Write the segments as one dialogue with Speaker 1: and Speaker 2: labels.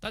Speaker 1: 大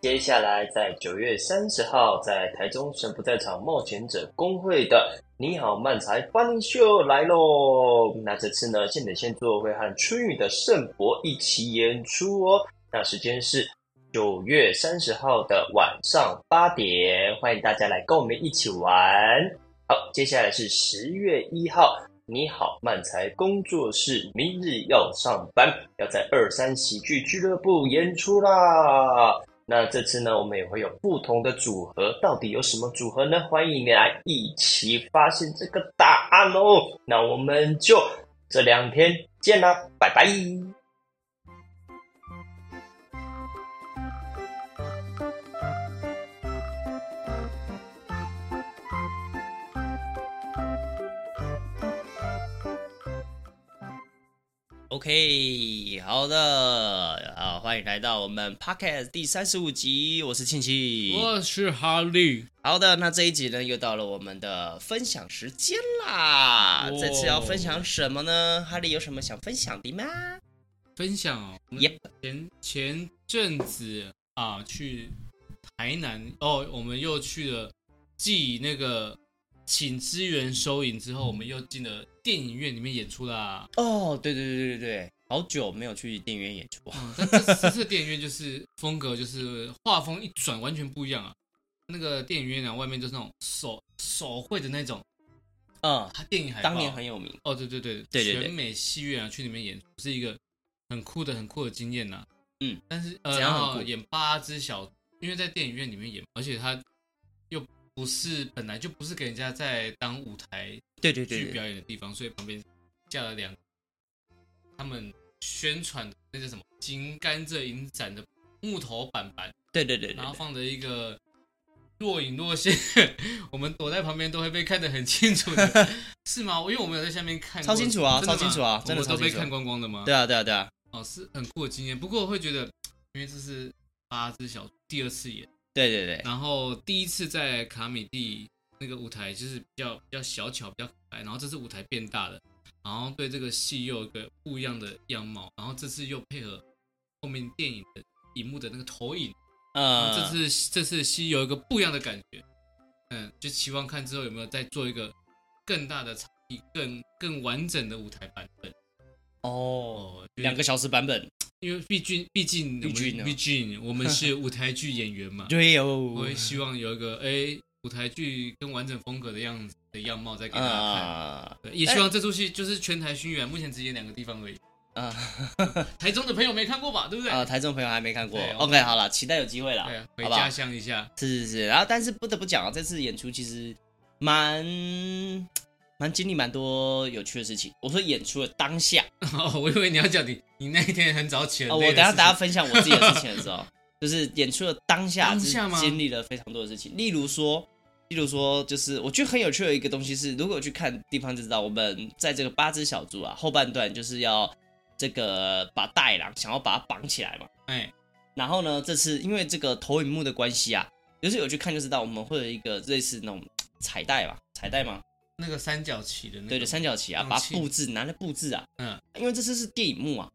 Speaker 2: 接下来，在九月三十号，在台中神不在场冒险者工会的“你好，漫才 Funny Show” 来喽！那这次呢，现点现做会和春雨的盛博一起演出哦。那时间是九月三十号的晚上八点，欢迎大家来跟我们一起玩。好，接下来是十月一号，你好，漫才工作室明日要上班，要在二三喜剧俱乐部演出啦。那这次呢，我们也会有不同的组合，到底有什么组合呢？欢迎你来一起发现这个答案哦。那我们就这两天见啦，拜拜。
Speaker 3: OK，好的，啊，欢迎来到我们 Podcast 第三十五集，我是庆庆。
Speaker 1: 我是哈利，
Speaker 3: 好的，那这一集呢，又到了我们的分享时间啦。
Speaker 1: 哦
Speaker 3: 啊这次要分享什么呢？哈利有什么想分享的吗？
Speaker 1: 分享哦。我们
Speaker 3: Yep
Speaker 1: 前前阵子啊，去台南哦，我们又去了，继那个请支援收银之后，我们又进了电影院里面演出啦。
Speaker 3: 哦，对对对对对，好久没有去电影院演出。啊
Speaker 1: 嗯， 但这这次电影院就是风格就是画风一转完全不一样啊。那个电影院啊，外面就是那种手手绘的那种
Speaker 3: 嗯，
Speaker 1: 电影海报，
Speaker 3: 当年很有名。
Speaker 1: 哦，对对对
Speaker 3: 对对对
Speaker 1: 全美戏院啊，去里面演出是一个很酷的很酷的经验呐、
Speaker 3: 嗯，
Speaker 1: 但是呃，
Speaker 3: 怎
Speaker 1: 然
Speaker 3: 样很
Speaker 1: 后
Speaker 3: 酷
Speaker 1: 演八只小，因为在电影院里面演，而且他又不是本来就不是给人家在当舞台
Speaker 3: 对对对
Speaker 1: 剧
Speaker 3: 对，
Speaker 1: 表演的地方，所以旁边架了两他们宣传的那叫什么金甘蔗影展的木头板板，
Speaker 3: 对对对对
Speaker 1: 然后
Speaker 3: 对，
Speaker 1: 放着一个 若隐若现， 我们躲在旁边都会被看得很清楚 的，是吗？因为我们有在下面看过，
Speaker 3: 超清楚啊
Speaker 1: 真的吗
Speaker 3: 超清楚啊真的
Speaker 1: 我们都
Speaker 3: 超清
Speaker 1: 被
Speaker 3: 楚
Speaker 1: 看光光的吗？
Speaker 3: 对啊对啊对啊，
Speaker 1: 哦，是很酷的经验。不过我会觉得，因为这是八只小第二次演，
Speaker 3: 对对对，
Speaker 1: 然后第一次在卡米蒂那个舞台就是比较比较小巧，比较可爱，然后这次舞台变大了，然后对这个戏又有一个不一样的样貌，然后这次又配合后面电影的荧幕的那个投影。
Speaker 3: 嗯，
Speaker 1: 这次这次西有一个不一样的感觉，嗯，就期望看之后有没有再做一个更大的场地、更更完整的舞台版本
Speaker 3: 哦，
Speaker 1: 哦。因为
Speaker 3: 两个小时版本，
Speaker 1: 因为毕竟毕竟我
Speaker 3: 毕竟
Speaker 1: 们
Speaker 3: 呢，
Speaker 1: 毕竟我们是舞台剧演员嘛
Speaker 3: 对哦
Speaker 1: 我，会希望有一个哎、舞台剧跟完整风格的样子的样貌再给大家看。
Speaker 3: 啊
Speaker 1: 对也希望这出戏就是全台巡演，目前只演两个地方而已。
Speaker 3: 啊
Speaker 1: 台中的朋友没看过吧？对不对？
Speaker 3: 啊！台中朋友还没看过
Speaker 1: 对
Speaker 3: ，OK，好了，期待有机会啦
Speaker 1: 对啊，，回
Speaker 3: 好不好
Speaker 1: 家？乡一下。
Speaker 3: 是是是，然后但是不得不讲啊，这次演出其实蛮蛮经历蛮多有趣的事情。我说演出的当下
Speaker 1: 哦，我以为你要讲你你那一天很早起来
Speaker 3: 啊、
Speaker 1: 的
Speaker 3: 我
Speaker 1: 那个事
Speaker 3: 等
Speaker 1: 情。
Speaker 3: 一下大家分享我自己的事情的时候，就是演出的当下
Speaker 1: 当
Speaker 3: 就是
Speaker 1: 下吗
Speaker 3: 经历了非常多的事情，例如说。例如说，就是我觉得很有趣的一个东西是，如果有去看地方就知道，我们在这个八只小猪啊后半段就是要这个把大野狼想要把它绑起来嘛，
Speaker 1: 哎，
Speaker 3: 然后呢，这次因为这个投影幕的关系啊，就是有去看就知道，我们会有一个类似那种彩带吧，彩带嘛，
Speaker 1: 那个三角旗的那个，
Speaker 3: 对对，三角旗啊，
Speaker 1: 放
Speaker 3: 把它
Speaker 1: 弃
Speaker 3: 布置拿来布置啊，
Speaker 1: 嗯，
Speaker 3: 因为这次是电影幕啊，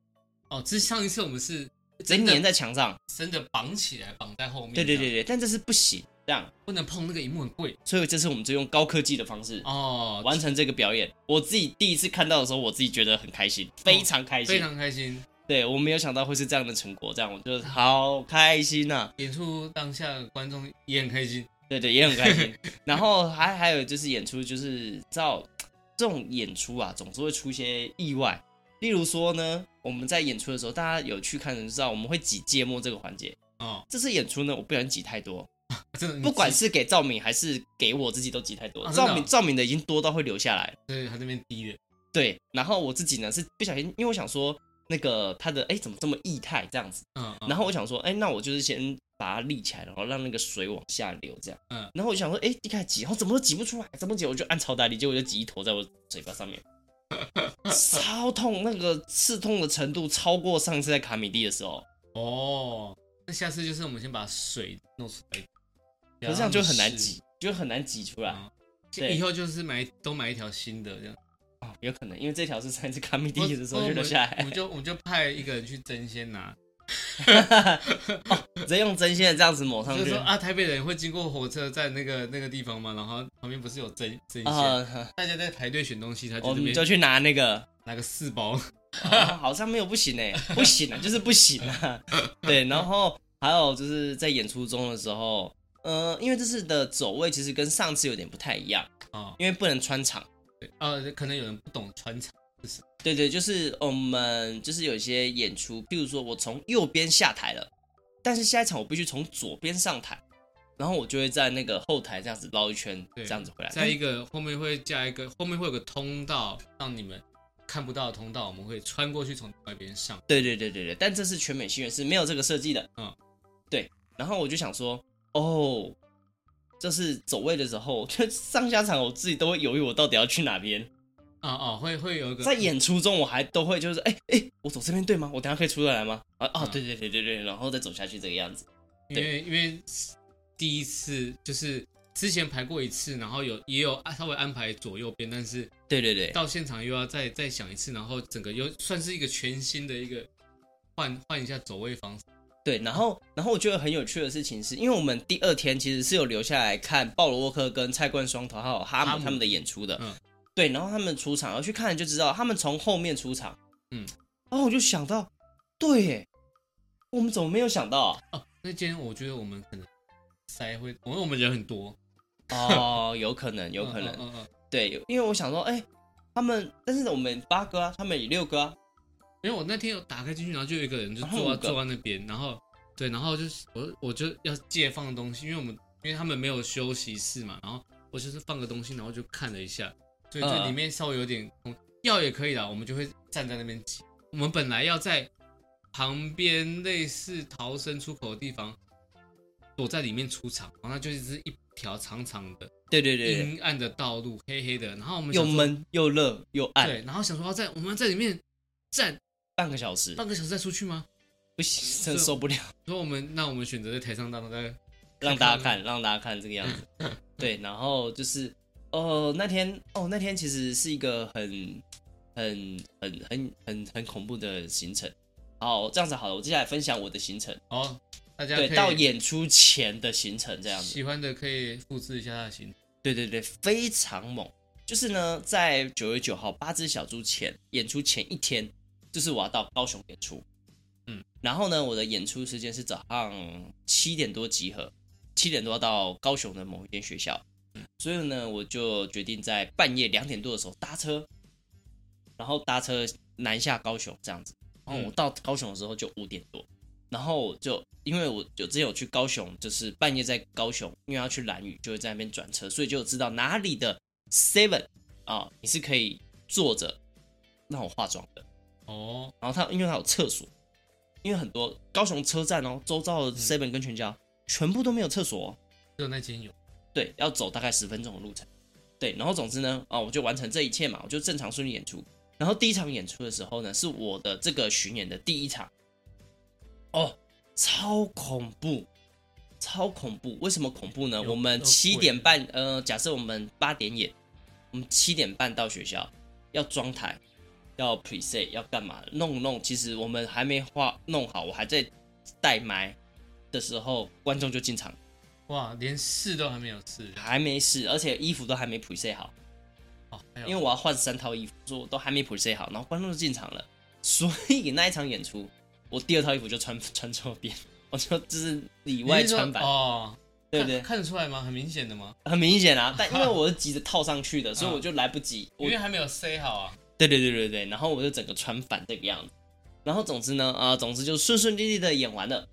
Speaker 1: 哦，这上一次我们是
Speaker 3: 直
Speaker 1: 真
Speaker 3: 接
Speaker 1: 的
Speaker 3: 粘在墙上，
Speaker 1: 真的绑起来，绑在后面，
Speaker 3: 对对对，对，但这次不行，这样，
Speaker 1: 不能碰那个荧幕，很贵
Speaker 3: 所以这次我们就用高科技的方式
Speaker 1: 哦，
Speaker 3: 完成这个表演。我自己第一次看到的时候，我自己觉得很开心，非常开
Speaker 1: 哦非
Speaker 3: 心，
Speaker 1: 常开心。
Speaker 3: 对我没有想到会是这样的成果，这样我就好开心呐、啊
Speaker 1: 演出当下观众也很开心，
Speaker 3: 对对，也很开 心。然后还还有就是演出，就是照这种演出啊，总是会出一些意外。例如说呢，我们在演出的时候，大家有去看的人知道，我们会挤芥末这个环节。
Speaker 1: 哦，
Speaker 3: 这次演出呢，我不小心挤太多，
Speaker 1: 啊真的
Speaker 3: 不管是给赵敏还是给我自己都挤太多。
Speaker 1: 啊真的
Speaker 3: 赵敏
Speaker 1: 哦
Speaker 3: 赵敏的已经多到会流下来，
Speaker 1: 对他那边低的，
Speaker 3: 对。然后我自己呢是不小心，因为我想说那个他的哎怎么这么液态这样子，
Speaker 1: 嗯，嗯
Speaker 3: 然后我想说哎那我就是先把它立起来，然后让那个水往下流，这样。
Speaker 1: 嗯
Speaker 3: 然后我就想说，哎、一开始挤，然后怎么都挤不出来，怎么挤？我就按超大力，结果我就挤一坨在我嘴巴 上面，超痛，那个刺痛的程度超过上次在卡米蒂的时候。
Speaker 1: 哦，那下次就是我们先把水弄出来，
Speaker 3: 可是这样就很难挤，就很难挤出来。
Speaker 1: 嗯
Speaker 3: 对
Speaker 1: 以后就是买都买一条新的这样。
Speaker 3: 哦，有可能，因为这条是上一次卡米蒂
Speaker 1: 我
Speaker 3: 的时候
Speaker 1: 我
Speaker 3: 就留
Speaker 1: 们
Speaker 3: 下
Speaker 1: 我
Speaker 3: 来
Speaker 1: 们，就我们就派一个人去争先拿，
Speaker 3: 哦直接用针线这样子抹上
Speaker 1: 就是
Speaker 3: 去
Speaker 1: 说。啊，台北人会经过火车站那个那个地方嘛，然后旁边不是有争争先，
Speaker 3: 啊，
Speaker 1: 大家在排队选东西，他
Speaker 3: 我
Speaker 1: 就这
Speaker 3: 们就
Speaker 1: 边
Speaker 3: 去拿那个，
Speaker 1: 拿个四包，
Speaker 3: 啊 好像没有不 行哎、不行啊，就是不行啊。对，然后还有就是在演出中的时候，呃，因为这次的走位其实跟上次有点不太一样，
Speaker 1: 哦，
Speaker 3: 因为不能穿场。
Speaker 1: 对，呃，可能有人不懂穿插，
Speaker 3: 对对，就是我们就是有一些演出，譬如说我从右边下台了，但是下一场我必须从左边上台，然后我就会在那个后台这样子绕一圈，这
Speaker 1: 对
Speaker 3: 样子回来。
Speaker 1: 在一个后面会加一个，后面会有个通道，让你们看不到的通道，我们会穿过去从另外一边上。
Speaker 3: 对对对对对，但这次全美新人是没有这个设计的。
Speaker 1: 嗯，
Speaker 3: 对。然后我就想说，哦，这是走位的时候， 就上下场我自己都会犹豫，我到底要去哪边。
Speaker 1: 啊啊，哦会会有一个
Speaker 3: 在演出中，我还都会就是，哎、哎、我走这边对吗？我等一下可以出得来吗？啊哦，
Speaker 1: 嗯
Speaker 3: 对对对对对，然后再走下去这个样子。
Speaker 1: 因为因为第一次就是之前排过一次，然后有也有啊稍微安排左右边，但是
Speaker 3: 对对对，
Speaker 1: 到现场又要再再想一次，然后整个又算是一个全新的一个换换一下走位方式。
Speaker 3: 对，然后然后我觉得很有趣的事情是，因为我们第二天其实是有留下来看鲍罗沃克跟蔡冠双头还有哈
Speaker 1: 哈
Speaker 3: 姆
Speaker 1: 姆
Speaker 3: 他们的演出的，
Speaker 1: 嗯
Speaker 3: 对，然后他们出场，然后去看就知道他们从后面出场，
Speaker 1: 嗯，
Speaker 3: 然后我就想到，对耶，我们怎么没有想到
Speaker 1: 哦，那今天我觉得我们可能塞会，因为我们人很多，
Speaker 3: 啊？哦，有可能，有可
Speaker 1: 嗯
Speaker 3: 能，
Speaker 1: 嗯嗯嗯
Speaker 3: 对，因为我想说，哎，他们，但是我们八个啊，他们也六个啊，
Speaker 1: 因为我那天有打开进去，然后就有一个人就
Speaker 3: 然后
Speaker 1: 坐
Speaker 3: 五个
Speaker 1: 在坐在那边，然后对，然后就是我我就要借放东西，因为我们因为他们没有休息室嘛，然后我就是放个东西，然后就看了一下，所以
Speaker 3: 嗯
Speaker 1: 这里面稍微有点空，要也可以啦，我们就会站在那边挤。我们本来要在旁边类似逃生出口的地方躲在里面出场，然后那就是一条长长的
Speaker 3: 对对对对，
Speaker 1: 阴暗的道路，黑黑的，然嗯后我们
Speaker 3: 又
Speaker 1: 想说
Speaker 3: 闷又热又暗，
Speaker 1: 对，然后想说要在我们要在里面站
Speaker 3: 半个小时，
Speaker 1: 半个小时再出去吗？
Speaker 3: 不行，真的受不了。
Speaker 1: 说我们那我们选择在台上当在
Speaker 3: 让大家看，让大家看这个样子。对，然后就是哦，那天哦，那天其实是一个很、很、很、很、很、很恐怖的行程。好，这样子好了，我接下来分享我的行程。
Speaker 1: 哦，大家可
Speaker 3: 对，
Speaker 1: 以
Speaker 3: 到演出前的行程这样子。
Speaker 1: 喜欢的可以复制一下他的行
Speaker 3: 对对对，非常猛。就是呢，在九月九号八只小猪前演出前一天，就是我要到高雄演出。
Speaker 1: 嗯，
Speaker 3: 然后呢，我的演出时间是早上七点多集合，七点多要到高雄的某一间学校。所以呢，我就决定在半夜两点多的时候搭车，然后搭车呃南下高雄这样子。
Speaker 1: 嗯
Speaker 3: 然后我到高雄的时候就五点多，然后我就因为我有之前有去高雄，就是半夜在高雄，因为要去蓝屿，就会在那边转车，所以就知道哪里的 Seven 啊、你是可以坐着让我化妆的。
Speaker 1: 哦，
Speaker 3: 然后它因为它有厕所，因为很多高雄车站哦，周遭
Speaker 1: 嗯
Speaker 3: 的 Seven 跟全家、全部都没有厕所、哦，
Speaker 1: 只有那间有
Speaker 3: 对，要走大概十分钟的路程。对，然后总之呢，啊、我就完成这一切嘛，我就正常顺利演出。然后第一场演出的时候呢，是我的这个巡演的第一场，哦，超恐怖，超恐怖！为什么恐怖呢？
Speaker 1: 有
Speaker 3: 呃我们
Speaker 1: 有
Speaker 3: 七
Speaker 1: 鬼
Speaker 3: 点半，呃，假设我们八点演，我们七点半到学校要装台，要 preset，要干嘛？弄弄，其实我们还没画弄好，我还在带麦的时候，观众就进场了。
Speaker 1: 哇，连试都还没有试，
Speaker 3: 还没试，而且衣服都还没 preset 好，
Speaker 1: 哦，还有
Speaker 3: 因为我要换三套衣服，所以我都还没 preset 好，然后观众就进场了，所以那一场演出，我第二套衣服就穿穿错边， 我就就是里
Speaker 1: 你
Speaker 3: 外
Speaker 1: 是说
Speaker 3: 穿反，
Speaker 1: 哦，
Speaker 3: 对不对
Speaker 1: 看？看得出来吗？很明显的吗？
Speaker 3: 很明显啊，但因为我是急着套上去的，所以我就来不及，我
Speaker 1: 哦因为还没有塞好啊，
Speaker 3: 对对对对对，然后我就整个穿反这个样子。然后总之呢，啊、总之就顺顺利利的演完了。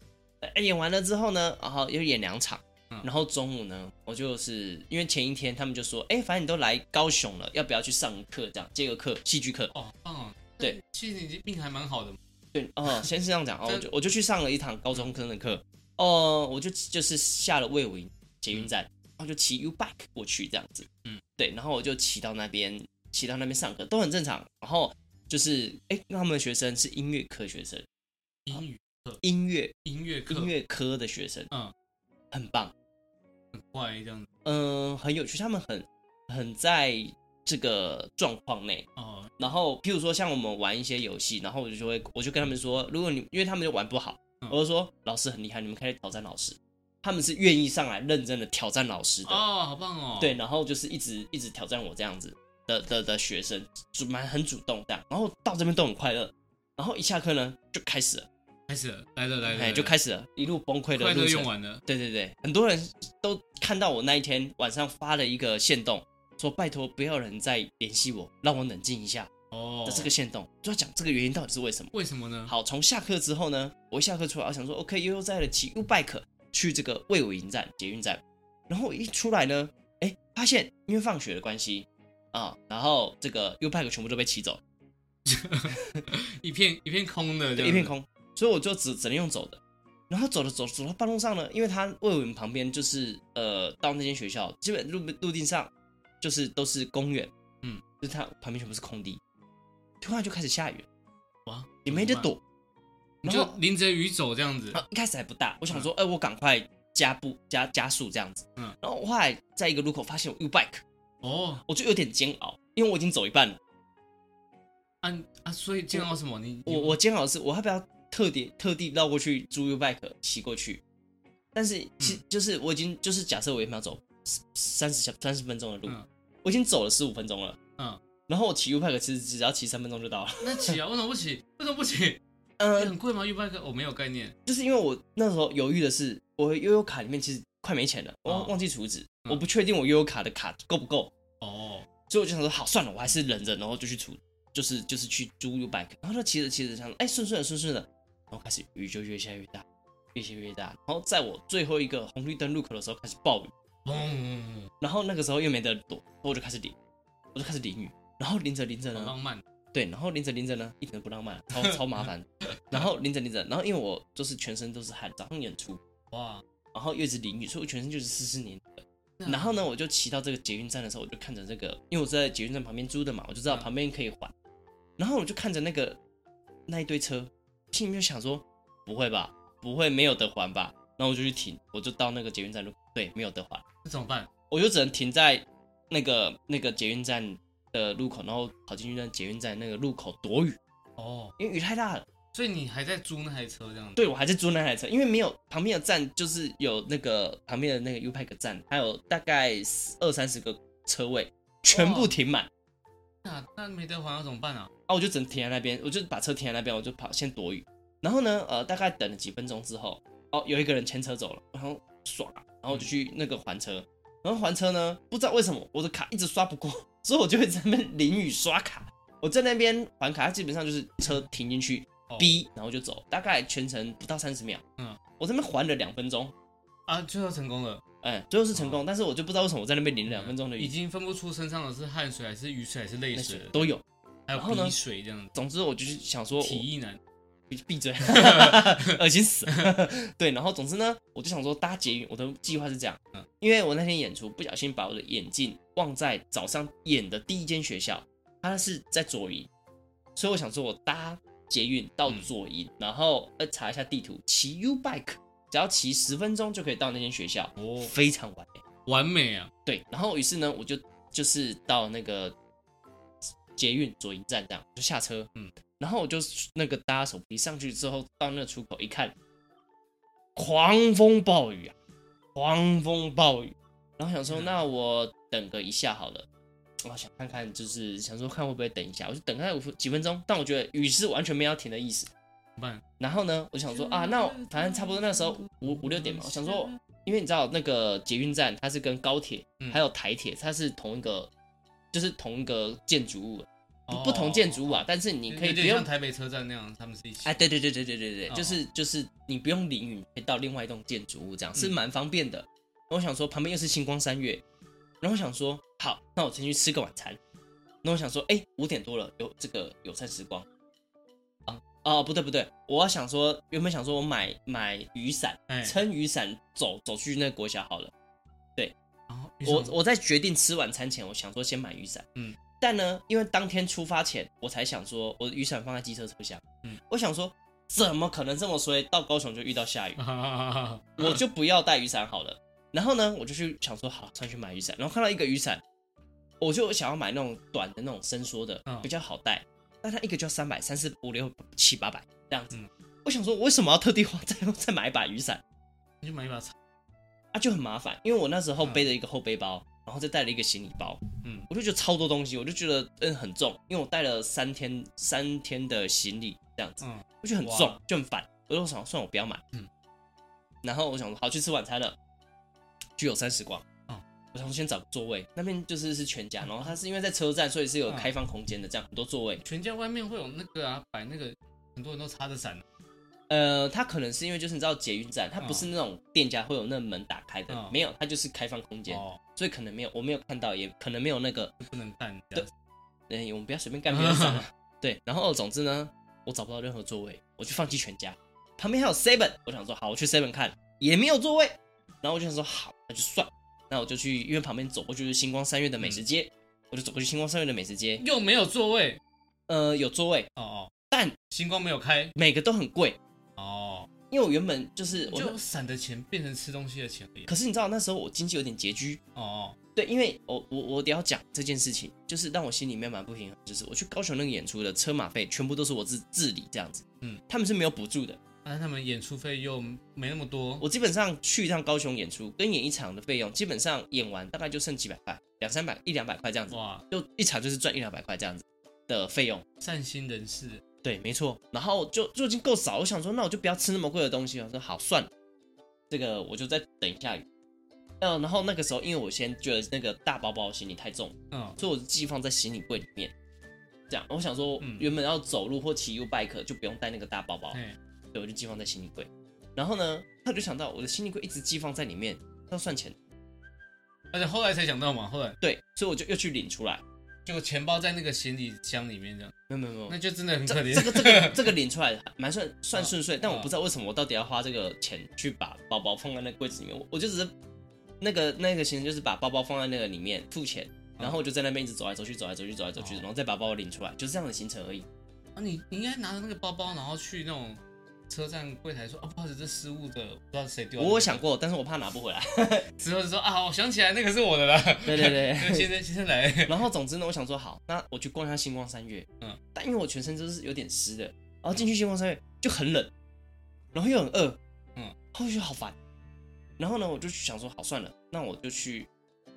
Speaker 3: 呃演完了之后呢，然后又演两场
Speaker 1: 嗯。
Speaker 3: 然后中午呢，我就是因为前一天他们就说，哎，反正你都来高雄了，要不要去上课？这样接个课，戏剧课。
Speaker 1: 哦，棒哦，
Speaker 3: 对，
Speaker 1: 其实你已经命还蛮好的嘛， 嗯
Speaker 3: 对，哦，先是这样讲哦，我就我就去上了一堂高中生的课。哦，我就就是下了魏武营捷运站，然后就骑 U bike 过去这样子，
Speaker 1: 嗯，
Speaker 3: 对，然后我就骑到那边，骑到那边上课都很正常。然后就是，哎、那他们的学生是音乐科学生，
Speaker 1: 英语
Speaker 3: 音乐
Speaker 1: 音乐课
Speaker 3: 音乐科的学生，
Speaker 1: 嗯，
Speaker 3: 很棒，
Speaker 1: 很快这样子
Speaker 3: 嗯、很有趣，他们很很在这个状况内，
Speaker 1: 哦，
Speaker 3: 然后，譬如说像我们玩一些游戏，然后我就就会我就跟他们说，如果你因为他们就玩不好，
Speaker 1: 嗯
Speaker 3: 我就说老师很厉害，你们可以挑战老师。他们是愿意上来认真的挑战老师的，
Speaker 1: 哦，好棒哦，
Speaker 3: 对，，然后就是一直一直挑战我这样子的的的学生，主蛮很主动这样，然后到这边都很快乐，然后一下课呢就开始了，
Speaker 1: 开始了，来了来了来
Speaker 3: 哎，
Speaker 1: 了，
Speaker 3: 就开始了，一路崩溃的
Speaker 1: 快
Speaker 3: 路
Speaker 1: 乐
Speaker 3: 程
Speaker 1: 用。完了，
Speaker 3: 对对对，很多人都看到我那一天晚上发了一个线动，说拜托不要有人再联系我，让我冷静一下。
Speaker 1: 哦
Speaker 3: 的，这个限动，就要讲这个原因到底是为什么。
Speaker 1: 为什么呢？
Speaker 3: 好，从下课之后呢，我一下课出来，我想说 OK，悠悠在的骑 U bike 去这个魏武营站捷运站，然后我一出来呢，哎，发现因为放学的关系啊，然后这个 U bike 全部都被骑走，
Speaker 1: 一片一片空的，
Speaker 3: 对，一片。空，所以我就只只能用走的。然后走着走着走到半路上呢，因为他魏武营旁边就是呃到那间学校，基本路路径上就是都是公园，
Speaker 1: 嗯，
Speaker 3: 就是它旁边全部是空地，突然就开始下雨了，
Speaker 1: 哇，
Speaker 3: 也没得
Speaker 1: 怎么办啊
Speaker 3: 躲。
Speaker 1: 你
Speaker 3: 然后
Speaker 1: 就淋着雨走这样子，
Speaker 3: 啊，一开始还不大，我想说，哎、我赶快加步加加速这样子。
Speaker 1: 嗯
Speaker 3: 然后我后来在一个路口发现我 U bike，
Speaker 1: 哦，
Speaker 3: 我就有点煎熬，因为我已经走一半了。
Speaker 1: 啊啊，所以煎熬什么？你
Speaker 3: 我我煎熬的是我要不要特地特地绕过去租 U bike 骑过去？但是
Speaker 1: 嗯
Speaker 3: 其、就是我已经就是假设我原本要走三十小三十分钟的路，
Speaker 1: 嗯
Speaker 3: 我已经走了十五分钟了。
Speaker 1: 嗯，
Speaker 3: 然后我骑 U bike 其实只要骑三分钟就 到了。
Speaker 1: 那起啊，为什么不起？为什么不起？
Speaker 3: 嗯，
Speaker 1: 很贵吗 u b i 我没有概念。
Speaker 3: 就是因为我那时候犹豫的是，我悠悠卡里面其实快没钱了，我
Speaker 1: 哦
Speaker 3: 忘记储值，
Speaker 1: 嗯
Speaker 3: 我不确定我悠悠卡的卡够不够，
Speaker 1: 哦，
Speaker 3: 所以我就想说，好算了，我还是忍着，然后就去储，就是就是去租 U bike，然后就骑着骑着想说，哎，顺顺的顺顺的，然后开始雨就越下越大，越下越大，然后在我最后一个红绿灯路口的时候开始暴雨，
Speaker 1: 嘣，
Speaker 3: 然后那个时候又没得躲，所以我就开始淋，我就开始淋雨，然后淋着淋着
Speaker 1: 好
Speaker 3: 呢，
Speaker 1: 浪漫。
Speaker 3: 对，然后淋着淋着呢，一点都不浪漫，超超麻烦。然后淋着淋着，然后因为我就是全身都是汗，早上演出，
Speaker 1: 哇，
Speaker 3: 然后又一直淋雨，所以我全身就是湿湿黏黏的。
Speaker 1: 那
Speaker 3: 然后呢，我就骑到这个捷运站的时候，我就看着这个，因为我是在捷运站旁边租的嘛，我就知道
Speaker 1: 嗯
Speaker 3: 旁边可以还。然后我就看着那个那一堆车，心里面就想说，不会吧，不会没有得还吧？然后我就去停，我就到那个捷运站路，对，没有得还，
Speaker 1: 那怎么办？
Speaker 3: 我就只能停在那个那个捷运站的路口，然后跑进去那捷运站那个路口躲雨。
Speaker 1: 哦，
Speaker 3: 因为雨太大了。
Speaker 1: 所以你还在租那台车这样子？
Speaker 3: 对我还在租那台车，因为没有旁边的站，就是有那个旁边的那个 U Pack 站，还有大概二三十个车位，全部停满。
Speaker 1: 那那没得还要怎么办啊？
Speaker 3: 啊，我就只能停在那边，我就把车停在那边，我就跑先躲雨。然后呢，呃，大概等了几分钟之后，哦，有一个人牵车走了，然后刷，然后我就去那个还车。然后还车呢，不知道为什么我的卡一直刷不过， 所以我就会在那边淋雨刷卡。我在那边还卡，它基本上就是车停进去，
Speaker 1: 哦
Speaker 3: B，然后就走，大概全程不到三十秒。
Speaker 1: 嗯，
Speaker 3: 我这边还了两分钟，
Speaker 1: 啊，最后成功了。
Speaker 3: 哎、最后是成功，
Speaker 1: 哦
Speaker 3: 但是我就不知道为什么我在那边淋了两分钟的
Speaker 1: 已
Speaker 3: 雨，
Speaker 1: 经分不出身上的是汗水还是雨水还是泪
Speaker 3: 那
Speaker 1: 水
Speaker 3: 水
Speaker 1: 了，
Speaker 3: 都有。
Speaker 1: 还有
Speaker 3: 然后呢
Speaker 1: 鼻水这样子。
Speaker 3: 总之，我就是想说我，
Speaker 1: 体意男，
Speaker 3: 闭闭 嘴，恶心死 了。对，然后总之呢，我就想说搭捷运，我的计划是这样
Speaker 1: 嗯，
Speaker 3: 因为我那天演出不小心把我的眼镜忘在早上演的第一间学校，它是在左营，所以我想说我搭捷运到左营，
Speaker 1: 嗯
Speaker 3: 然后呃查一下地图，骑 U bike，只要骑十分钟就可以到那间学校，
Speaker 1: 哦
Speaker 3: 非常完美。
Speaker 1: 完美啊！
Speaker 3: 对，然后于是呢，我就就是到那个捷运左营站这样，我就下车，
Speaker 1: 嗯，
Speaker 3: 然后我就那个搭手皮上去之后，到那个出口一看，狂风暴雨啊，狂风暴雨，然后想说，
Speaker 1: 嗯
Speaker 3: 那我等个一下好了。我想看看，就是想说看会不会等一下，我就等看五分几分钟，但我觉得雨是完全没有要停的意思。
Speaker 1: 怎么办？
Speaker 3: 然后呢，我想说啊，那我反正差不多那时候五五六点嘛，我想说，因为你知道那个捷运站它是跟高铁
Speaker 1: 嗯
Speaker 3: 还有台铁它是同一个，就是同一个建筑物，不不
Speaker 1: 哦
Speaker 3: 同建筑物啊，但是你
Speaker 1: 你
Speaker 3: 可以不
Speaker 1: 像
Speaker 3: 用，
Speaker 1: 台北车站那样，他们是一起。
Speaker 3: 哎，对对对对对对对，
Speaker 1: 哦
Speaker 3: 就是就是你不用淋雨，你可以到另外一栋建筑物，这样是
Speaker 1: 嗯
Speaker 3: 蛮方便的。然后我想说旁边又是星光三月，然后我想说好，那我先去吃个晚餐。然后我想说，哎，五点多了，有这个友善时光啊，哦，不对不对，我要想说，原本想说我买买雨伞，
Speaker 1: 哎
Speaker 3: 撑雨伞走走去那个国小好了。
Speaker 1: 然后遇上
Speaker 3: 我我在决定吃晚餐前，我想说先买雨伞，
Speaker 1: 嗯，
Speaker 3: 但呢，因为当天出发前，我才想说我雨伞放在机车车厢，
Speaker 1: 嗯，
Speaker 3: 我想说怎么可能这么衰，到高雄就遇到下雨，
Speaker 1: 啊，
Speaker 3: 我就不要带雨伞好了。然后呢，我就去想说好上去买雨伞，然后看到一个雨伞，我就想要买那种短的那种伸缩的
Speaker 1: 嗯，
Speaker 3: 比较好带，但它一个就要三百、三四、五六、七八百这样子
Speaker 1: 嗯。
Speaker 3: 我想说，我为什么要特地花 再再买一把雨伞
Speaker 1: 你就买一把菜，
Speaker 3: 啊？就很麻烦，因为我那时候
Speaker 1: 嗯
Speaker 3: 背着一个后背包，然后再带了一个行李包，
Speaker 1: 嗯
Speaker 3: 我就觉得超多东西，我就觉得嗯很重，因为我带了三天三天的行李这样子，
Speaker 1: 嗯
Speaker 3: 我觉得很
Speaker 1: 哇
Speaker 3: 重就很烦，我就想算了我不要买，
Speaker 1: 嗯
Speaker 3: 然后我想说好去吃晚餐了，去有三时光，
Speaker 1: 哦
Speaker 3: 我想说先找个座位，那边就是是全家，然后它是因为在车站，所以是有
Speaker 1: 嗯
Speaker 3: 开放空间的，这样很多座位，
Speaker 1: 全家外面会有那个啊，摆那个很多人都插着伞，
Speaker 3: 呃，它可能是因为就是你知道捷运站，它不是
Speaker 1: 嗯
Speaker 3: 那种店家会有那门打开的
Speaker 1: 嗯，
Speaker 3: 没有，它就是开放空间，
Speaker 1: 哦，
Speaker 3: 所以可能没有，我没有看到，也可能没有那个
Speaker 1: 不能带你这样子，
Speaker 3: 哎、我们不要随便干别人伞啊。对，然后总之呢，我找不到任何座位，我就放弃全家。旁边还有 Seven，我想说好，我去 Seven 看，也没有座位。然后我就想说好，那就算。那我就去，因为旁边走过去就是星光三月的美食街，我就走过去星光三月的美食街。
Speaker 1: 又没有座位，
Speaker 3: 呃，有座位，
Speaker 1: 哦哦，
Speaker 3: 但
Speaker 1: 星光没有开，
Speaker 3: 每个都很贵，
Speaker 1: 哦，
Speaker 3: 因为我原本就是我那
Speaker 1: 就伞的钱变成吃东西的钱而已，
Speaker 3: 可是你知道那时候我经济有点拮据，
Speaker 1: 哦
Speaker 3: 对，因为我我我得要讲这件事情，就是让我心里面蛮不平衡，就是我去高雄那个演出的车马费全部都是我自自理这样子，
Speaker 1: 嗯，
Speaker 3: 他们是没有补助的。
Speaker 1: 哦，但是他们演出费又没那么多，
Speaker 3: 我基本上去一趟高雄演出，跟演一场的费用，基本上演完大概就剩几百块，两三百、一两百块这样子，
Speaker 1: 哇，
Speaker 3: 就一场就是赚一两百块这样子的费用。
Speaker 1: 善心人士，
Speaker 3: 对，没错。然后就就已经够少，我想说，那我就不要吃那么贵的东西了。我说好，算了，这个我就再等一下雨。嗯，然后那个时候，因为我先觉得那个大包包行李太重，
Speaker 1: 嗯
Speaker 3: 所以我就寄放在行李柜里面。这样，我想说
Speaker 1: 嗯，
Speaker 3: 原本要走路或骑 U bike 就不用带那个大包包。
Speaker 1: 哎，
Speaker 3: 对，我就寄放在行李柜。然后呢，他就想到我的行李柜一直寄放在里面，要算钱。
Speaker 1: 而且后来才想到嘛，后来
Speaker 3: 对，所以我就又去领出来。
Speaker 1: 结果钱包在那个行李箱里面这样，
Speaker 3: 没有没有没有
Speaker 1: 那，就真的很
Speaker 3: 这
Speaker 1: 可怜，
Speaker 3: 这个这 个这个领出来蛮算算顺遂，但我
Speaker 1: 啊
Speaker 3: 不知道为什么我到底要花这个钱去把包包放在那个柜子里面。我我就只是那个那个行程就是把包包放在那个里面付钱，然后我就在那边一直走来走去走来走去走来走去，
Speaker 1: 哦
Speaker 3: 然后再把包包领出来，就这样的行程而已。
Speaker 1: 啊，你你应该拿着那个包包，然后去那种车站柜台说，啊，不好意思，这失误的，不知道谁丢。
Speaker 3: 我有想，过，但是我怕拿不回来。
Speaker 1: 之后就说啊，我想起来那个是我的啦。
Speaker 3: 对对对。
Speaker 1: 那个先生先生来，
Speaker 3: 然后总之呢，我想说好，那我去逛一下星光三月，
Speaker 1: 嗯
Speaker 3: 嗯，但因为我全身都是有点湿的，然后进去星光三月就很冷，然后又很饿，
Speaker 1: 嗯
Speaker 3: 嗯，后续好烦。然后呢，我就想说好算了，那我就去，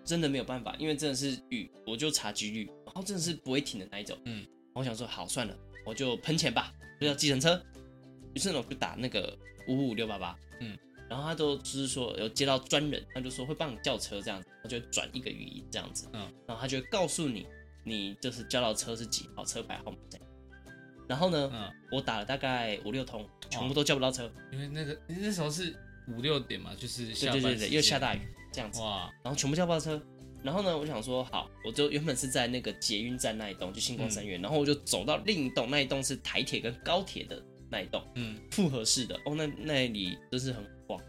Speaker 3: 真的没有办法，因为真的是雨，我就查几率，然后真的是不会停的那一种，
Speaker 1: 嗯
Speaker 3: 嗯，我想说好算了，我就喷钱吧，就叫计程车，于是呢，我就打那个五五六八八，
Speaker 1: 嗯
Speaker 3: 嗯。然后他都就是说有接到专人，他就说会帮你叫车这样子，他就会转一个语音这样子，然后他就会告诉你，你就是叫到车是几号车牌号码这样。然后呢，
Speaker 1: 嗯，
Speaker 3: 我打了大概五六通，全部都叫不到车，
Speaker 1: 因为那个那时候是五六点嘛，就是
Speaker 3: 对
Speaker 1: 下
Speaker 3: 对
Speaker 1: 班
Speaker 3: 对
Speaker 1: 时
Speaker 3: 对，
Speaker 1: 间
Speaker 3: 又下大雨这样子，
Speaker 1: 哇，
Speaker 3: 然后全部叫不到车。然后呢，我想说好，我就原本是在那个捷运站那一栋，就星光三月，然后我就走到另一栋，那一栋是台铁跟高铁的那一栋，
Speaker 1: 嗯，
Speaker 3: 复合式的哦，那那里真是很广。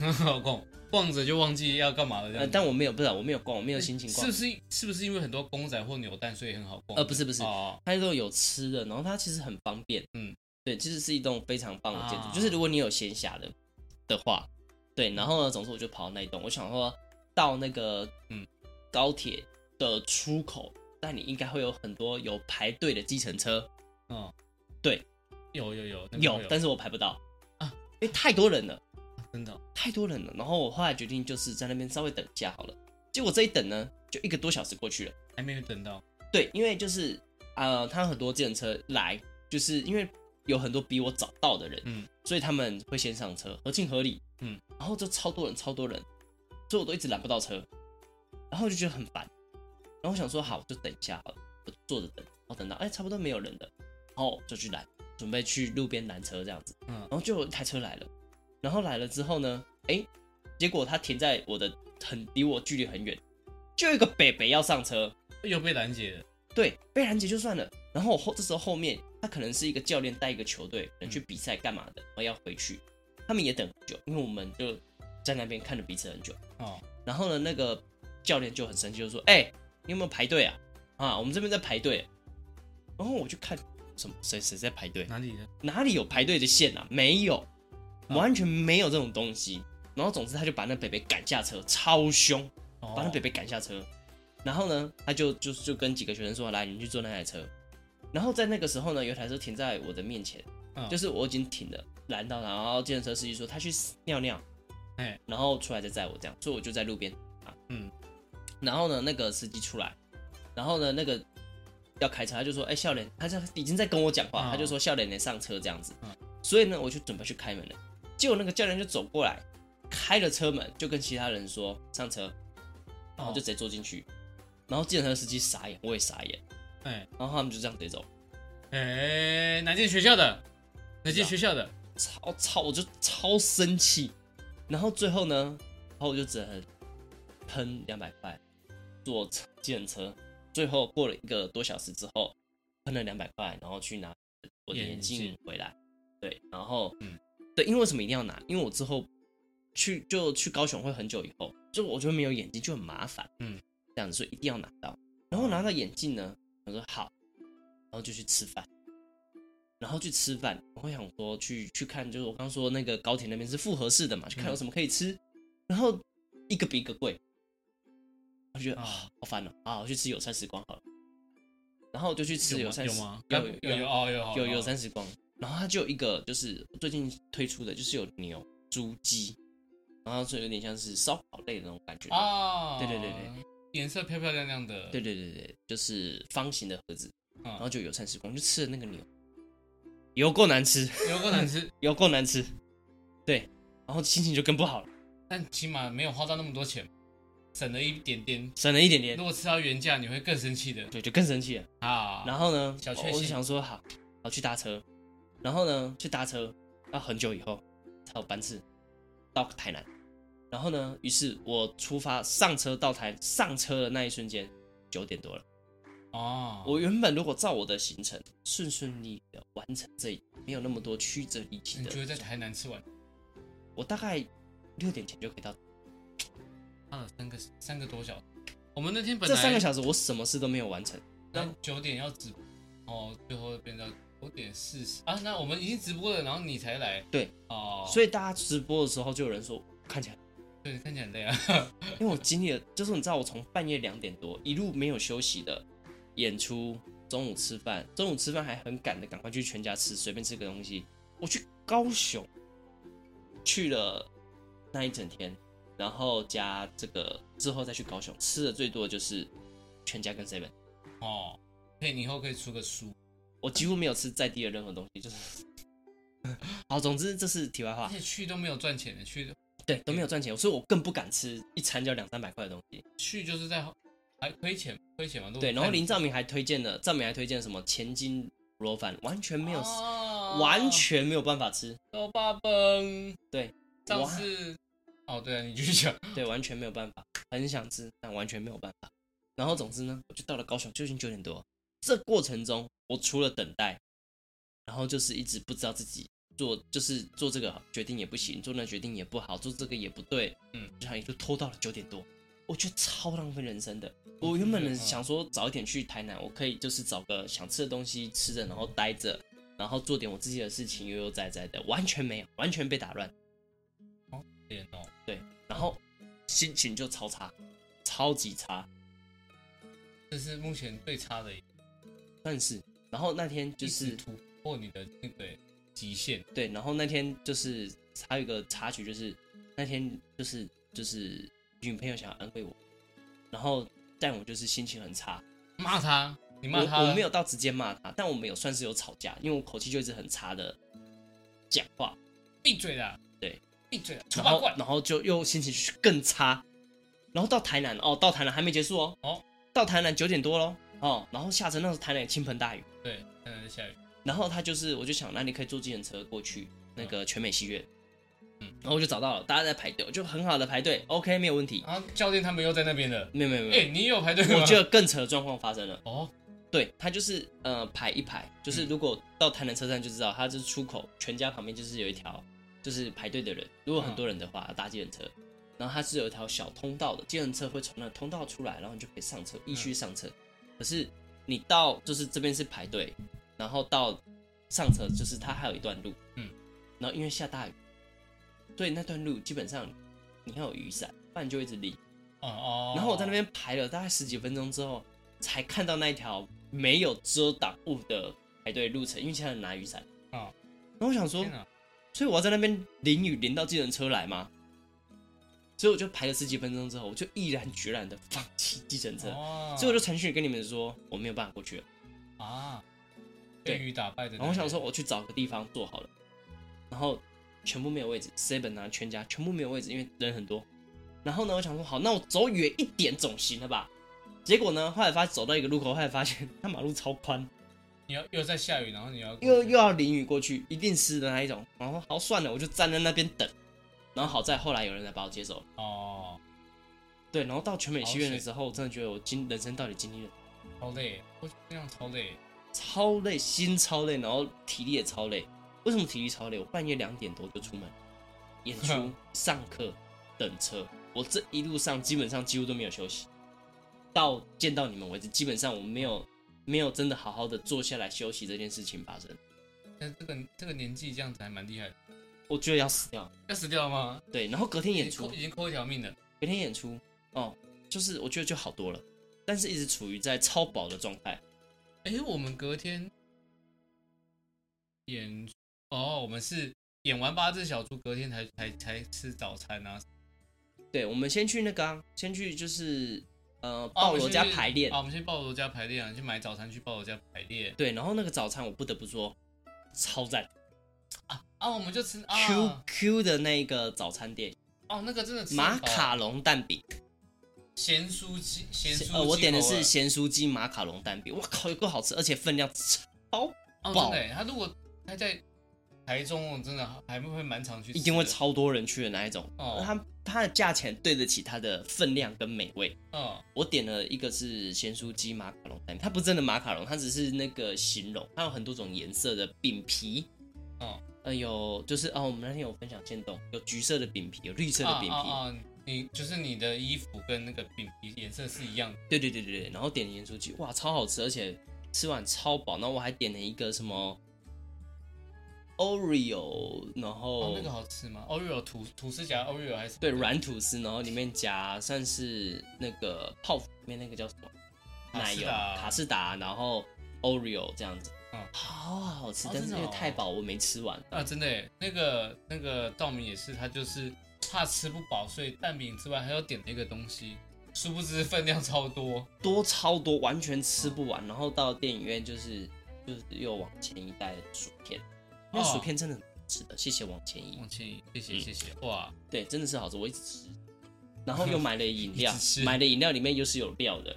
Speaker 1: 很好逛，逛着就忘记要干嘛了这
Speaker 3: 呃，
Speaker 1: 样。
Speaker 3: 但我没有，不是我没有逛，我没有心情逛
Speaker 1: 是不。是是不是因为很多公仔或扭蛋，所以很好逛？
Speaker 3: 呃，不是不是，
Speaker 1: 哦，
Speaker 3: 它都有吃的，然后它其实很方便，
Speaker 1: 嗯
Speaker 3: 嗯，对，其实是一栋非常棒的建筑，
Speaker 1: 啊
Speaker 3: 就是如果你有闲暇的的话，对，然后呢，总之我就跑到那一栋，我想说到那个
Speaker 1: 嗯
Speaker 3: 嗯高铁的出口，那你应该会有很多有排队的计程车，
Speaker 1: 嗯，
Speaker 3: 对，
Speaker 1: 有有有那边
Speaker 3: 有
Speaker 1: 会，有
Speaker 3: 但是我排不到
Speaker 1: 啊
Speaker 3: 啊，因为太多人了，
Speaker 1: 真的哦
Speaker 3: 太多人了，然后我后来决定就是在那边稍微等一下好了，结果这一等呢，就一个多小时过去了。
Speaker 1: 还没有等到，
Speaker 3: 对，因为就是呃，他很多计程车来，就是因为有很多比我早到的人，
Speaker 1: 嗯
Speaker 3: 嗯，所以他们会先上车，合情合理，
Speaker 1: 嗯
Speaker 3: 嗯，然后就超多人，超多人，所以我都一直拦不到车，然后我就觉得很烦，然后我想说好，就等一下好了，我就坐着等，然后等到哎、差不多没有人了，然后就去拦，准备去路边拦车这样子，
Speaker 1: 嗯
Speaker 3: 嗯，然后就有一台车来了，然后来了之后呢，哎、结果他停在我的很离我距离很远，就有一个北北要上车，
Speaker 1: 又被拦截了。
Speaker 3: 对，被拦截就算了。然后我后这时候后面他可能是一个教练带一个球队，可能去比赛干嘛的，然后要回去，他们也等很久，因为我们就在那边看着彼此很久。
Speaker 1: 哦，
Speaker 3: 然后呢，那个教练就很生气，就说：“哎、你有没有排队啊？啊，我们这边在排队。”然后我就看什么谁谁在排队，
Speaker 1: 哪里的？
Speaker 3: 哪里有排队的线啊？没有，
Speaker 1: 啊
Speaker 3: 完全没有这种东西。然后总之他就把那北北赶下车，超凶，
Speaker 1: 哦
Speaker 3: 把那北北赶下车。然后呢，他就就就跟几个学生说：“来，你们去坐那台车。”然后在那个时候呢，有台车停在我的面前，
Speaker 1: 嗯
Speaker 3: 就是我已经停了，拦到他，然后计程车司机说他去尿尿，
Speaker 1: 哎
Speaker 3: 然后出来再载我这样，所以我就在路边啊，
Speaker 1: 嗯，
Speaker 3: 然后呢，那个司机出来，然后呢，那个要开车，他就说，哎、笑脸，他就已经在跟我讲
Speaker 1: 哦
Speaker 3: 话，他就说笑脸，你上车这样子，
Speaker 1: 嗯
Speaker 3: 所以呢，我就准备去开门了，结果那个教练就走过来，开了车门，就跟其他人说上车，
Speaker 1: 哦
Speaker 3: 然后就直接坐进去，然后计程车司机傻眼，我也傻眼，
Speaker 1: 哎
Speaker 3: 然后他们就这样直接走。
Speaker 1: 哎，哪间学校的？哪间学校的？
Speaker 3: 超超，我就超生气。然后最后呢，然后我就只能喷两百块坐计程车。最后过了一个多小时之后，喷了两百块，然后去拿我的
Speaker 1: 眼
Speaker 3: 眼镜
Speaker 1: 镜
Speaker 3: 回来。对，然后
Speaker 1: 嗯
Speaker 3: 对，因为为什么一定要拿？因为我之后去就去高雄会很久以后，就我就没有眼镜就很麻烦，
Speaker 1: 嗯，
Speaker 3: 这样子所以一定要拿到。然后拿到眼镜呢，我说好，然后就去吃饭，然后去吃饭，我想说去去看，就是我刚说那个高铁那边是复合式的嘛，
Speaker 1: 嗯
Speaker 3: 去看有什么可以吃，然后一个比一个贵，我就觉得啊、好烦哦、啊，我去吃有餐时光好了，然后我就去吃
Speaker 1: 有吗
Speaker 3: 餐
Speaker 1: 有
Speaker 3: 时
Speaker 1: 吗？
Speaker 3: 有
Speaker 1: 有有哦有
Speaker 3: 有
Speaker 1: 哦
Speaker 3: 有三十光，然后它就有一个就是最近推出的，就是有牛、猪、鸡，然后所以有点像是烧烤类的那种感觉。
Speaker 1: 哦，
Speaker 3: 对对对对，
Speaker 1: 颜色漂漂亮亮的，
Speaker 3: 对对对对，就是方形的盒子，
Speaker 1: 嗯
Speaker 3: 然后就有三十光，就吃了那个牛，有够难吃，
Speaker 1: 有够难吃，
Speaker 3: 有够难吃，对，然后心情就更不好了，
Speaker 1: 但起码没有花到那么多钱，省了一点点。
Speaker 3: 省了一点点
Speaker 1: 如，果吃到原价，你会更生气的
Speaker 3: 对，就更生气了。
Speaker 1: 啊。
Speaker 3: 然后呢，
Speaker 1: 小确
Speaker 3: 我我就
Speaker 1: 幸
Speaker 3: 想说好，好去搭车，然后呢去搭车，要很久以后才有班次到台南。然后呢，于是我出发上车到台上车的那一瞬间，九点多了。
Speaker 1: 哦，
Speaker 3: 我原本如果照我的行程顺顺利利的完成这一，没有那么多曲折离奇
Speaker 1: 你
Speaker 3: 的
Speaker 1: 觉，得在台南吃完，
Speaker 3: 我大概六点前就可以到。
Speaker 1: 花了三个三个多小时。我们那天本
Speaker 3: 这
Speaker 1: 来
Speaker 3: 三个小时我什么事都没有完成，
Speaker 1: 那九点要直播，哦，最后变到九点四十啊。那我们已经直播了，然后你才来。
Speaker 3: 对，
Speaker 1: 哦，
Speaker 3: 所以大家直播的时候就有人说看起来。
Speaker 1: 对你看起来很累啊。
Speaker 3: 因为我经历了，就是你知道，我从半夜两点多一路没有休息的演出，中午吃饭，中午吃饭还很赶的，赶快去全家吃，随便吃个东西。我去高雄，去了那一整天，然后加这个之后再去高雄，吃的最多的就是全家跟 seven，
Speaker 1: 哦，可以，你以后可以出个书。
Speaker 3: 我几乎没有吃在地的任何东西，就是 好，总之这是题外
Speaker 1: 而
Speaker 3: 话
Speaker 1: 且，去都没有赚钱的，去
Speaker 3: 对，都没有赚钱，所以我更不敢吃一餐就要两三百块的东西。
Speaker 1: 去就是在还亏钱，亏钱嘛。如果
Speaker 3: 对，然后
Speaker 1: 看
Speaker 3: 林兆明还推荐了，兆明还推荐什么前金卤肉饭，完全没有，
Speaker 1: 哦
Speaker 3: 完全没有办法吃，
Speaker 1: 豆爸崩。
Speaker 3: 对，
Speaker 1: 上
Speaker 3: 哇
Speaker 1: 次哦，对啊，你继续讲。
Speaker 3: 对，完全没有办法，很想吃，但完全没有办法。然后总之呢，我就到了高雄，就已经九点多。这过程中，我除了等待，然后就是一直不知道自己做，就是做这个决定也不行，做那决定也不好，做这个也不对，
Speaker 1: 嗯，
Speaker 3: 就像一路拖到了九点多，我觉得超浪费人生的。我原本想说早一点去台南，我可以就是找个想吃的东西吃着，然后待着，然后做点我自己的事情，悠悠哉哉的，完全没有，完全被打乱。
Speaker 1: 脸哦，
Speaker 3: 对，然后心情就超差，超级差。
Speaker 1: 这是目前最差的一个，
Speaker 3: 但是，然后那天就
Speaker 1: 一直
Speaker 3: 是
Speaker 1: 突破你的那个极限。
Speaker 3: 对，然后那天就是还有一个插曲，就是那天就是就是女朋友想要安慰我，然后但我就是心情很差，
Speaker 1: 骂他，你骂
Speaker 3: 我
Speaker 1: 他，
Speaker 3: 我没有到直接骂她，但我们有算是有吵架，因为我口气就一直很差的讲话，
Speaker 1: 闭嘴啦，
Speaker 3: 对，
Speaker 1: 闭嘴啦，啊丑
Speaker 3: 然
Speaker 1: 八
Speaker 3: 后
Speaker 1: 怪。
Speaker 3: 然后就又心情就更差，然后到台南哦，到台南还没结束哦，
Speaker 1: 哦，
Speaker 3: 到台南九点多喽，哦，然后下车那时候台南也倾盆大雨。
Speaker 1: 对，现在在下雨。
Speaker 3: 然后他就是，我就想，那你可以坐计程车过去那个全美戏院，
Speaker 1: 嗯
Speaker 3: 嗯，然后我就找到了，大家在排队，我就很好的排队，OK，没有问题，
Speaker 1: 然后教练他们又在那边了。
Speaker 3: 没有没有没
Speaker 1: 啊哎，
Speaker 3: 有，
Speaker 1: 你也有排队吗？
Speaker 3: 我觉得更扯的状况发生了，
Speaker 1: 哦，嗯
Speaker 3: 对，它就是呃排一排，就是如果到台南车站就知道，它就是出口全家旁边就是有一条就是排队的人，如果
Speaker 1: 嗯
Speaker 3: 很多人的话搭计程车，然后它是有一条小通道的，计程车会从那通道出来，然后你就可以上车，依序
Speaker 1: 嗯
Speaker 3: 上车。可是你到就是这边是排队，然后到上车就是它还有一段路，
Speaker 1: 嗯，
Speaker 3: 然后因为下大雨，所以那段路基本上你要有雨伞，不然你就一直淋。
Speaker 1: 哦哦
Speaker 3: 然后我在那边排了大概十几分钟之后，才看到那一条没有遮挡物的排队路程，因为其他人拿雨伞。
Speaker 1: 哦，
Speaker 3: 然后我想说
Speaker 1: 天，哪
Speaker 3: 所以我要在那边淋雨淋到计程车来吗？所以我就排了十几分钟之后，我就毅然决然的放弃计程车，
Speaker 1: 哦，
Speaker 3: 所以我就传讯跟你们说我没有办法过去了。
Speaker 1: 啊，
Speaker 3: 对
Speaker 1: 被雨打败的。
Speaker 3: 然后我想说，，我去找个地方坐好了，然后全部没有位置，seven 啊，全家全部没有位
Speaker 1: 哦
Speaker 3: 置，因为人很多。然后呢，我想说，好，那我走远一点总行了吧？结果呢，后来发走到一个路口，后来发现它马路超宽，
Speaker 1: 你要又在下雨，然后你要
Speaker 3: 又又要淋雨过去，一定湿的那一种。然后好算了，我就站在那边等。然后好在后来有人来把我接走了。
Speaker 1: 哦，
Speaker 3: 对，然后到全美戏院的
Speaker 1: 好险
Speaker 3: 时候，我真的觉得我经人生到底经历了
Speaker 1: 超累，我觉得这样超累。
Speaker 3: 超累，心超累，然后体力也超累。为什么体力超累？我半夜两点多就出门，演出、上课、等车，我这一路上基本上几乎都没有休息，到见到你们为止，基本上我没有没有真的好好的坐下来休息这件事情发生，
Speaker 1: 但这个这个年纪这样子还蛮厉害的，
Speaker 3: 我觉得要死掉。
Speaker 1: 要死掉吗？
Speaker 3: 对，然后隔天演出
Speaker 1: 已经扣，已经扣一条命了。
Speaker 3: 隔天演出哦，就是我觉得就好多了，但是一直处于在超饱的状态。
Speaker 1: 哎、我们隔天演哦，我们是演完八只小猪，隔天才才才吃早餐啊。
Speaker 3: 对，我们先去那个、啊，先去就是呃
Speaker 1: 哦
Speaker 3: 鲍罗家排练
Speaker 1: 啊，我们先鲍罗家排练啊，去买早餐去鲍罗家排练
Speaker 3: 对，然后那个早餐我不得不说，超赞、
Speaker 1: 啊，我们就吃
Speaker 3: q
Speaker 1: 啊
Speaker 3: Q 的那个早餐店，
Speaker 1: 哦，那个真的吃
Speaker 3: 马
Speaker 1: 饱
Speaker 3: 卡龙蛋饼，
Speaker 1: 咸酥鸡咸哦酥鸡口啊
Speaker 3: 呃，
Speaker 1: 味，
Speaker 3: 我点的是咸酥鸡马卡龙蛋饼，我靠，有够好吃，而且 分量超，
Speaker 1: 哦，
Speaker 3: 爆
Speaker 1: 真的耶，他如果他在台中，我真的还会蛮常去吃的，
Speaker 3: 一定会超多人去的那一种。
Speaker 1: 哦
Speaker 3: 它它的价钱对得起它的分量跟美味。
Speaker 1: 嗯
Speaker 3: 我点了一个是咸酥鸡马卡龙蛋饼，它不是真的马卡龙，它只是那个形容，它有很多种颜色的饼皮。
Speaker 1: 哦，
Speaker 3: 呃，有就是哦，我们那天有分享鲜冻，有橘色的饼皮，有绿色的饼皮，
Speaker 1: 啊啊啊你就是你的衣服跟那个饼皮颜色是一样的，
Speaker 3: 对对对对对，然后点盐酥鸡，哇，超好吃，而且吃完超饱。然后我还点了一个什么 Oreo，然
Speaker 1: 哦
Speaker 3: 后、，
Speaker 1: 那个好吃吗？Oreo 吐吐司夹 Oreo 还是
Speaker 3: 对软吐司，然后里面夹算是那个泡芙里面那个叫什么
Speaker 1: 卡
Speaker 3: 奶
Speaker 1: 士
Speaker 3: 油
Speaker 1: 达
Speaker 3: 卡士达，然后 Oreo 这样子，
Speaker 1: 嗯
Speaker 3: 好好吃
Speaker 1: 哦，
Speaker 3: 但
Speaker 1: 真
Speaker 3: 是
Speaker 1: 的
Speaker 3: 因为
Speaker 1: 哦
Speaker 3: 太饱我没吃完。
Speaker 1: 啊，真的耶，那个那个道明也是，他就是怕吃不饱，所以蛋饼之外还要点那个东西，殊不知分量超多。
Speaker 3: 多超多，完全吃不完。然后到电影院就是就是又往前一袋薯片，因为
Speaker 1: 哦
Speaker 3: 薯片真的很好吃的，谢谢往前一。
Speaker 1: 王千怡，哦谢
Speaker 3: 嗯
Speaker 1: 谢谢谢，哇，
Speaker 3: 对，真的是好吃，我一直吃。然 后又买了饮料
Speaker 1: 一直，吃
Speaker 3: 买的饮料里面又是有料的，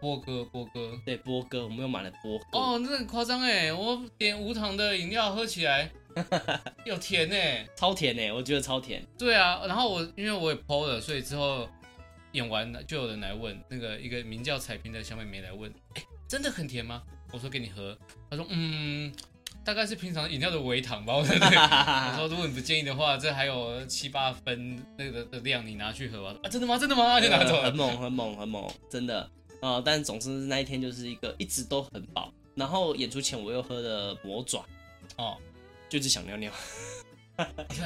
Speaker 1: 波哥波哥，
Speaker 3: 对，波哥，我们又买了波哥，
Speaker 1: 哦，那很夸张哎，我点无糖的饮料喝起 来有甜哎。
Speaker 3: 超甜呢、我觉得超甜。
Speaker 1: 对啊，然后我因为我也 PO 了，所以之后演完了就有人来问，那个一个名叫彩萍的小妹妹来问，哎，真的很甜吗？我说给你喝，她说嗯，大概是平常饮料的微糖吧。我说对我说如果你不介意的话，这还有七八分那个的量，你拿去喝吧。啊，真的吗？真的吗？就拿走
Speaker 3: 呃
Speaker 1: 了
Speaker 3: 很。猛很猛很猛，真的。呃，但总之那一天就是一个一直都很饱。然后演出前我又喝了魔爪，
Speaker 1: 哦，
Speaker 3: 就是 想尿尿。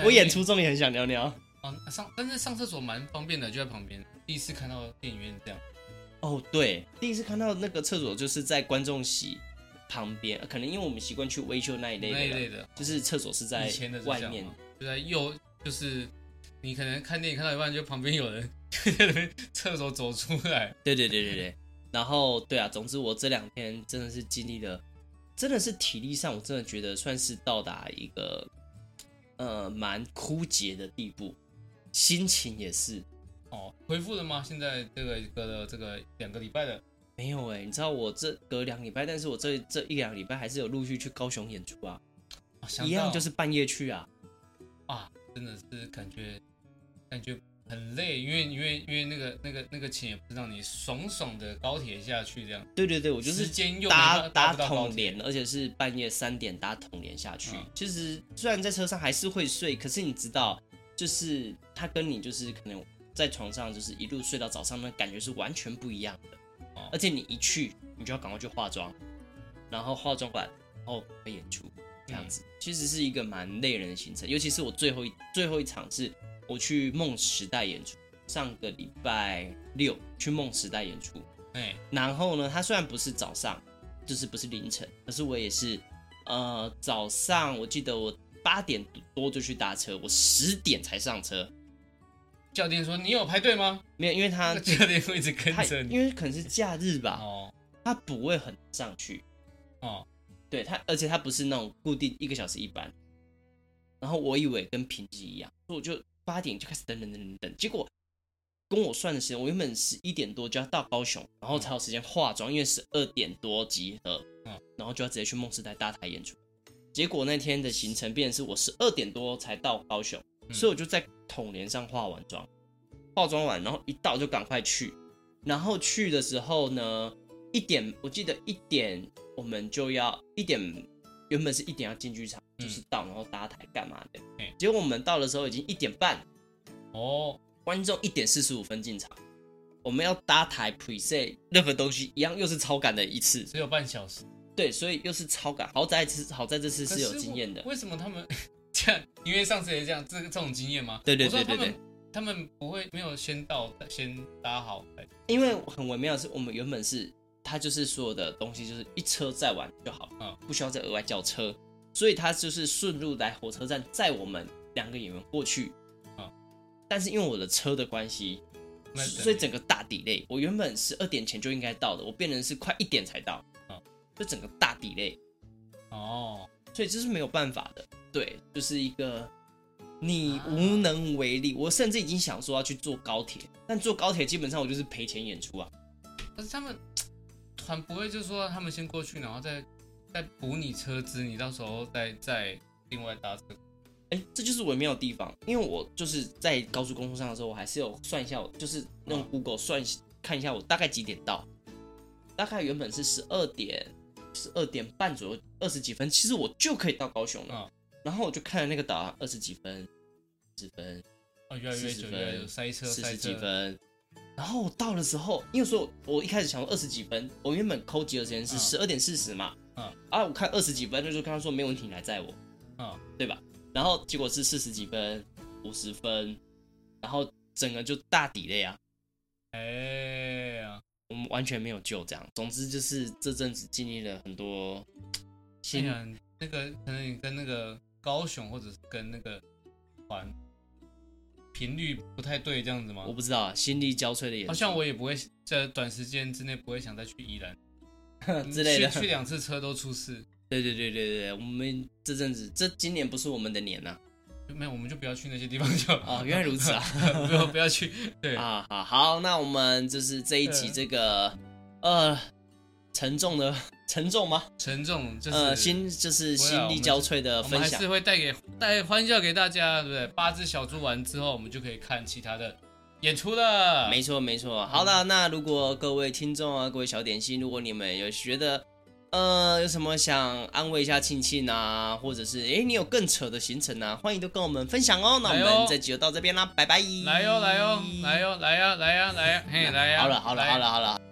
Speaker 3: 我演出中也很想尿尿。
Speaker 1: 哦上，但是上厕所蛮方便的，就在旁边。第一次看到电影院这样，
Speaker 3: 哦，对，第一次看到那个厕所就是在观众席旁边，呃可能因为我们习惯去微秀那一类的
Speaker 1: 那
Speaker 3: 啦，
Speaker 1: 一类的。
Speaker 3: 就是厕所是在
Speaker 1: 以前的是这
Speaker 3: 外
Speaker 1: 样
Speaker 3: 面
Speaker 1: 吗，就在右，就是你可能看电影看到一半，就旁边有人 就在那边厕所走出来，
Speaker 3: 对对对对对。然后对啊，总之我这两天真的是经历了，真的是体力上，我真的觉得算是到达一个呃蛮枯竭的地步，心情也是
Speaker 1: 哦，恢复了吗？现在这个隔了这个两个礼拜的，
Speaker 3: 没有哎、你知道我这隔两礼拜，但是我这这一两礼拜还是有陆续去高雄演出啊，
Speaker 1: 啊、想
Speaker 3: 一样
Speaker 1: 到
Speaker 3: 就是半夜去啊，
Speaker 1: 啊，真的是感觉感觉很累，因为因为因为那个那个那个钱也不是让你爽爽的高铁下去这样，
Speaker 3: 对对对，我就
Speaker 1: 时
Speaker 3: 是
Speaker 1: 间又没
Speaker 3: 搭
Speaker 1: 办搭
Speaker 3: 搭
Speaker 1: 不到高
Speaker 3: 统
Speaker 1: 铁
Speaker 3: 联，而且是半夜三点搭统联下去
Speaker 1: 嗯。
Speaker 3: 其实虽然在车上还是会睡，可是你知道，就是他跟你就是可能在床上就是一路睡到早上，那感觉是完全不一样的
Speaker 1: 哦。
Speaker 3: 而且你一去，你就要赶快去化妆，然后化妆完，然后会演出，这样
Speaker 1: 嗯
Speaker 3: 子其实是一个蛮累人的行程。尤其是我最后一最后一场是我去梦时代演出，上个礼拜六去梦时代演出。
Speaker 1: 哎，
Speaker 3: 然后呢，它虽然不是早上，就是不是凌晨，可是我也是，呃，早上我记得我八点多就去搭车，我十点才上车，
Speaker 1: 教练说你有排队吗？
Speaker 3: 没有，因为
Speaker 1: 那
Speaker 3: 他
Speaker 1: 个教练会一直跟
Speaker 3: 他
Speaker 1: 着你
Speaker 3: 因。为可能是假日吧，
Speaker 1: 哦
Speaker 3: 他不会很上去，
Speaker 1: 哦，
Speaker 3: 对他，而且他不是那种固定一个小时一班，然后我以为跟平级一样，所以我就八点就开始等等等等等，结果。跟我算的时间，我原本十一点多就要到高雄，然后才有时间化妆，因为十二点多集合，
Speaker 1: 嗯
Speaker 3: 然后就要直接去梦时代大台演出。结果那天的行程变成是我十二点多才到高雄，
Speaker 1: 嗯
Speaker 3: 所以我就在统联上化完妆，化妆完然后一到就赶快去，然后去的时候呢，一点我记得一点我们就要一点，原本是一点要进剧场，
Speaker 1: 嗯
Speaker 3: 就是到然后搭台干嘛的
Speaker 1: 嘿，
Speaker 3: 结果我们到的时候已经一点半，
Speaker 1: 哦，
Speaker 3: 观众一点四十五分进场，我们要搭台 preset 任何东西一样，又是超赶的一次，
Speaker 1: 只有半小时，
Speaker 3: 对，所以又是超赶。好在是好在这次是有经验的
Speaker 1: 可是，为什么他们 这样？因为上次也这样，这个这种经验吗？
Speaker 3: 对对
Speaker 1: 我说
Speaker 3: 对对
Speaker 1: 他们他们不会没有先到先搭好，
Speaker 3: 因为很微妙的是，我们原本是它就是所有的东西就是一车载完就好，
Speaker 1: 嗯
Speaker 3: 不需要再额外叫车，所以它就是顺路来火车站载我们两个演员过去，
Speaker 1: 嗯
Speaker 3: 但是因为我的车的关系，
Speaker 1: 那
Speaker 3: 所所以整个大 delay，我原本十二点前就应该到的，我变成是快一点才到
Speaker 1: 嗯，
Speaker 3: 就整个大 delay。
Speaker 1: 哦，
Speaker 3: 所以这是没有办法的。对，就是一个
Speaker 1: 啊
Speaker 3: 你无能为力。我甚至已经想说要去坐高铁，但坐高铁基本上我就是赔钱演出啊。
Speaker 1: 可是他们团不会就是说他们先过去，然后再再补你车资，你到时候再再另外搭车。
Speaker 3: 哎，这就是微妙的地方，因为我就是在高速公路上的时候，我还是有算一下，我就是用 Google 算看一下我大概几点到。大概原本是十二点十二点半左右，二十几分，其实我就可以到高雄了。然后我就看了那个导航，二十几分，十分，
Speaker 1: 哦，越来越久，
Speaker 3: 40
Speaker 1: 越来越久，塞车，
Speaker 3: 四
Speaker 1: 塞
Speaker 3: 十
Speaker 1: 车
Speaker 3: 几。分。然后我到的时候，因为说我我一开始想说二十几分，我原本抠集合时间是
Speaker 1: 嗯
Speaker 3: 十二点四十嘛，
Speaker 1: 嗯
Speaker 3: 啊，我看二十几分，那就跟他说没问题，你来载我，
Speaker 1: 嗯，
Speaker 3: 对吧？然后结果是四十几分、五十分，然后整个就大底了呀，
Speaker 1: 哎呀，
Speaker 3: 我们完全没有救这样。总之就是这阵子经历了很多
Speaker 1: 哎
Speaker 3: 新
Speaker 1: 呀，那个可能你跟那个高雄或者是跟那个团频率不太对，这样子吗
Speaker 3: 我？不知道啊心力交瘁的演出，
Speaker 1: 好像我也不会在短时间之内不会想再去宜 兰嗯
Speaker 3: 之类的
Speaker 1: 去去两次车都出事，
Speaker 3: 对对对对对，对我们这阵子这今年不是我们的年呐、啊
Speaker 1: 就没有我们就不要去那些地方就
Speaker 3: 哦原来如此啊
Speaker 1: 不要不要 去，对，
Speaker 3: 啊，好好，那我们就是这一集
Speaker 1: 嗯
Speaker 3: 这个呃沉重的 沉重吗？
Speaker 1: 沉重就是
Speaker 3: 呃，心就是
Speaker 1: 不会啊
Speaker 3: 心
Speaker 1: 我
Speaker 3: 力
Speaker 1: 们
Speaker 3: 交
Speaker 1: 是
Speaker 3: 瘁的
Speaker 1: 我们
Speaker 3: 分
Speaker 1: 还
Speaker 3: 享
Speaker 1: 是。会带给带欢笑给大家，对不对？八只小猪完之后，我们就可以看其他的演出了。
Speaker 3: 没错，没
Speaker 1: 嗯
Speaker 3: 错。好了，那如果各位听众啊，各位小点心，如果你们有觉得呃有什么想安慰一下庆庆啊，或者是诶你有更扯的行程啊，欢迎都跟我们分享哦。那我
Speaker 1: 来哦
Speaker 3: 们这集就到这边啦，拜拜。
Speaker 1: 来哟来哟来哟来呀来呀来呀嘿来呀！啊
Speaker 3: 好了，好了，好了，好了。